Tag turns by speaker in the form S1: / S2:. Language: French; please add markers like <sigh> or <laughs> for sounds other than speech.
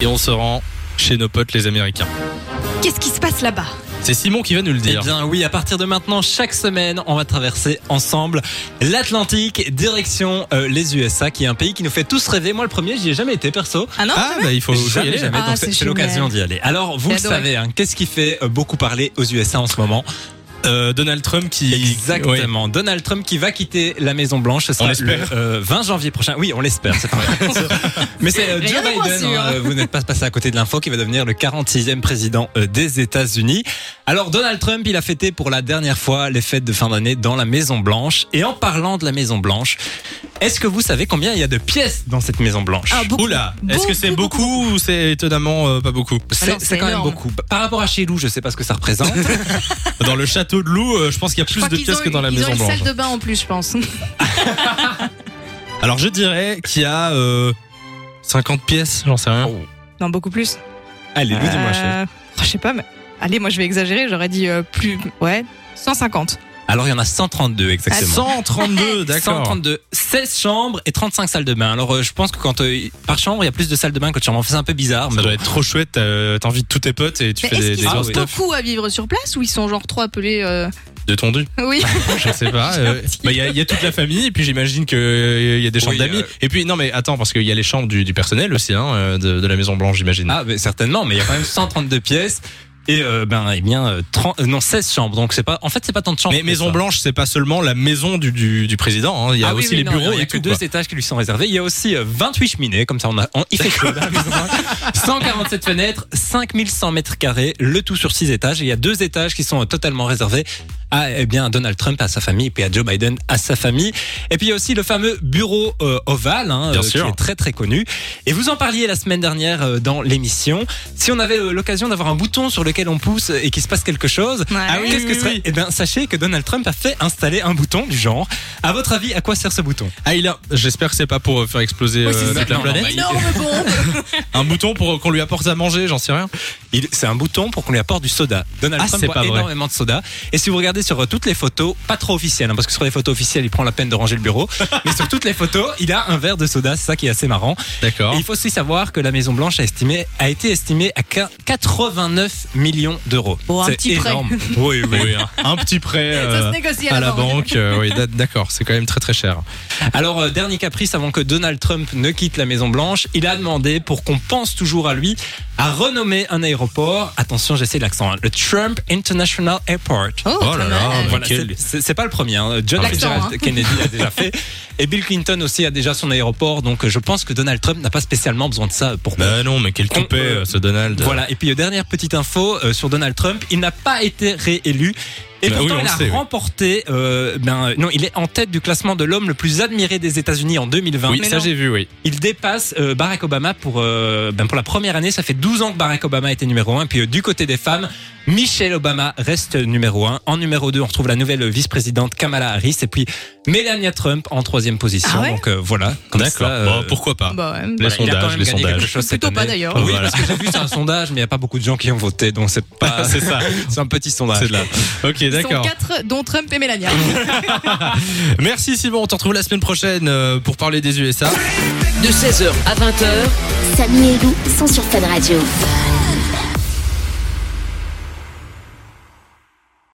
S1: Et on se rend chez nos potes les Américains.
S2: Qu'est-ce qui se passe là-bas
S1: C'est Simon qui va nous le
S3: Eh
S1: dire.
S3: bien oui, à partir de maintenant, chaque semaine, on va traverser ensemble l'Atlantique, direction euh, les USA, qui est un pays qui nous fait tous rêver. Moi, le premier, j'y ai jamais été perso.
S2: Ah non
S1: ah bah il faut, faut y
S3: jamais,
S1: aller.
S3: jamais.
S2: Ah,
S3: donc
S2: c'est
S3: c'est c'est
S2: génial.
S3: l'occasion d'y aller. Alors, vous
S2: J'ai
S3: le
S2: adoré.
S3: savez, hein, qu'est-ce qui fait euh, beaucoup parler aux USA en ce moment
S1: Euh, Donald Trump qui Ouais.
S3: Exactement. Donald Trump qui va quitter la Maison Blanche, ce sera
S1: On l'espère.
S3: le euh, 20 janvier prochain. Oui, on l'espère. <laughs> C'est pas vrai. Mais c'est euh, Joe
S2: Rien n'est moins
S3: Biden.
S2: sûr.
S3: hein, euh, vous n'êtes pas passé à côté de l'info qui va devenir le 46e président euh, des États-Unis. Alors Donald Trump, il a fêté pour la dernière fois les fêtes de fin d'année dans la Maison Blanche. Et en parlant de la Maison Blanche, est-ce que vous savez combien il y a de pièces dans cette Maison Blanche
S2: Ah, beaucoup.
S1: Oula, est-ce que c'est
S2: Beaucoup,
S1: beaucoup, ou c'est étonnamment euh, pas beaucoup
S2: Ah non,
S3: C'est
S2: c'est
S3: c'est quand même
S2: énorme.
S3: beaucoup. Par rapport à chez Lou, je sais pas ce que ça
S2: <laughs>
S3: représente.
S1: Dans le château de Loup, euh, je pense qu'il y a
S2: Je
S1: plus
S2: crois
S1: de
S2: qu'ils
S1: pièces
S2: ont
S1: que dans
S2: une-
S1: la Maison
S2: Ils ont une
S1: Blanche. hein.
S2: salle de bain en plus, je pense.
S1: Alors je dirais qu'il y a euh, 50 pièces, j'en sais rien.
S2: <laughs> Non, beaucoup plus.
S3: Allez, Lou, dis-moi. chérie.
S2: Euh, oh, je sais pas, mais... Allez, moi je vais exagérer, j'aurais dit euh, plus... Ouais, 150.
S3: Alors il y en a 132
S2: Ah,
S3: exactement.
S2: <laughs>
S1: 132, d'accord.
S3: 132, 16 chambres et 35 salles de bain. Alors euh, je pense que quand euh, par chambre, il y a plus de salles de bain que de chambres. Enfin, c'est un peu bizarre.
S1: Ça
S3: mais
S1: doit
S3: bon.
S1: être trop chouette, euh, t'invites tous tes potes et tu
S2: Mais
S1: fais
S2: est-ce
S1: des, des
S2: qu'ils sont
S1: gros
S3: ouais.
S1: stuff
S2: beaucoup à vivre sur place ou ils sont genre trop appelés euh, <laughs>
S1: de tondu.
S2: Oui,
S1: Je sais pas.
S3: <laughs>
S1: euh, bah, Il y, a- il y a toute la famille, et puis j'imagine qu'il y a des chambres
S3: Oui,
S1: d'amis.
S3: euh.
S1: Et puis, non, mais attends, parce qu'il y a les chambres du, du personnel aussi, hein, euh, de, de la Maison Blanche, j'imagine.
S3: Ah, mais certainement, mais il y a quand même 132 pièces et euh, ben eh bien euh, 30 euh, non 16 chambres. Donc c'est pas en fait c'est pas tant de chambres.
S1: mais
S3: que
S1: Maison
S3: ça.
S1: Blanche, c'est pas seulement la maison du, du, du président, hein, il y a
S3: Ah oui,
S1: aussi
S3: oui,
S1: les
S3: non,
S1: bureaux
S3: il y a
S1: et
S3: que
S1: tout.
S3: deux
S1: quoi.
S3: étages qui lui sont réservés. Il y a aussi euh, 28 cheminées, comme ça on a on, il
S1: <laughs>
S3: fait chaud, là, mais au moins. 147 fenêtres, 5100 mètres carrés, le tout sur 6 étages. Et il y a deux étages qui sont euh, totalement réservés à eh bien à Donald Trump à sa famille, et puis à Joe Biden à sa famille. Et puis il y a aussi le fameux bureau euh, ovale, hein,
S1: Bien
S3: euh, qui
S1: sûr.
S3: est très très connu. Et vous en parliez la semaine dernière euh, dans l'émission. Si on avait euh, l'occasion d'avoir un bouton sur lequel on pousse et qu'il se passe quelque chose,
S2: Ouais.
S3: ah oui, qu'est-ce que
S1: oui,
S3: serait
S1: oui.
S3: Eh bien, sachez que Donald Trump a fait installer un bouton du genre. À votre avis, à quoi sert ce bouton
S1: Ah, il a, j'espère que c'est pas pour euh, faire exploser euh,
S2: Oui, c'est ça.
S1: toute la
S3: Non,
S1: planète.
S3: non,
S2: énorme bombe.
S1: Un bouton pour qu'on lui apporte à manger, j'en sais rien.
S3: Il- C'est un bouton pour qu'on lui apporte du soda. Donald
S1: Ah,
S3: Trump
S1: c'est
S3: boit
S1: pas vrai.
S3: énormément de soda. Et si vous regardez sur euh, toutes les photos, pas trop officielles, hein, parce que sur les photos officielles, il prend la peine de ranger le bureau. <laughs> mais sur toutes les photos, il a un verre de soda. C'est ça qui est assez marrant.
S1: D'accord.
S3: Et il faut aussi savoir que la Maison Blanche a, estimé, a été estimée à quin- 89 millions d'euros.
S2: Bon, un
S3: C'est
S2: petit prêt. <laughs>
S3: énorme.
S1: Oui, oui, oui,
S3: hein.
S1: un- un petit prêt <laughs> euh,
S2: Ça se négocie à,
S1: à la banque. euh, oui, d'a- d'accord, c'est quand même très très cher.
S3: Alors, euh, dernier caprice avant que Donald Trump ne quitte la Maison Blanche, il a demandé, pour qu'on pense toujours à lui, à renommer un aéroport, attention j'essaie l'accent, hein, le Trump International Airport. Ah,
S2: Oh,
S1: Oh là
S2: très
S1: là,
S2: mal.
S1: mais
S3: Voilà,
S1: quel- Ah,
S3: c'est- c'est c'est pas le premier. hein. John
S2: L'accent,
S3: Fitzgerald
S2: hein.
S3: Kennedy
S1: <laughs>
S3: l'a déjà fait. Et Bill Clinton aussi a déjà son aéroport. Donc euh, je pense que Donald Trump n'a pas spécialement besoin de ça pour
S1: Bah non, mais quel
S3: Con-
S1: coupé
S3: euh,
S1: ce Donald.
S3: Voilà. Et puis euh, dernière petite info euh, sur Donald Trump, il n'a pas été réélu. Et
S1: Bah oui,
S3: pourtant,
S1: on
S3: il
S1: le
S3: a
S1: sait, oui.
S3: remporté. euh, ben, euh, non, il est en tête du classement de l'homme le plus admiré des États-Unis en 2020.
S1: Oui,
S2: Mais
S1: ça
S2: non.
S1: j'ai vu, oui.
S3: Il dépasse euh, Barack Obama pour, euh, ben, pour la première année. Ça fait 12 ans que Barack Obama était numéro 1. Et puis euh, du côté des femmes, Michelle Obama reste numéro 1. En numéro 2, on retrouve la nouvelle vice-présidente Kamala Harris. Et puis Melania Trump en troisième position.
S2: Ah ouais
S3: Donc euh, voilà. Comme
S1: D'accord.
S3: ça, euh,
S1: Bon, pourquoi pas
S2: Bah ouais.
S1: Les
S3: voilà, il a quand
S1: sondages,
S3: même
S1: les
S3: gagné quelque
S1: sondages.
S3: chose cette
S2: Plutôt pas
S3: année.
S2: d'ailleurs.
S3: Oui,
S1: Voilà.
S3: parce que j'ai vu, c'est un sondage, mais il n'y a pas beaucoup de gens qui ont voté. Donc c'est
S1: <laughs>
S3: pas.
S1: c'est ça.
S3: <laughs> c'est un petit sondage.
S1: C'est de là. Ok,
S2: Ils sont
S1: d'accord.
S2: quatre, dont Trump et Melania.
S1: Merci Simon, on te retrouve la semaine prochaine euh, pour parler des USA.
S4: de 16h à 20h.
S5: Samy et Lou sont sur Fun Radio.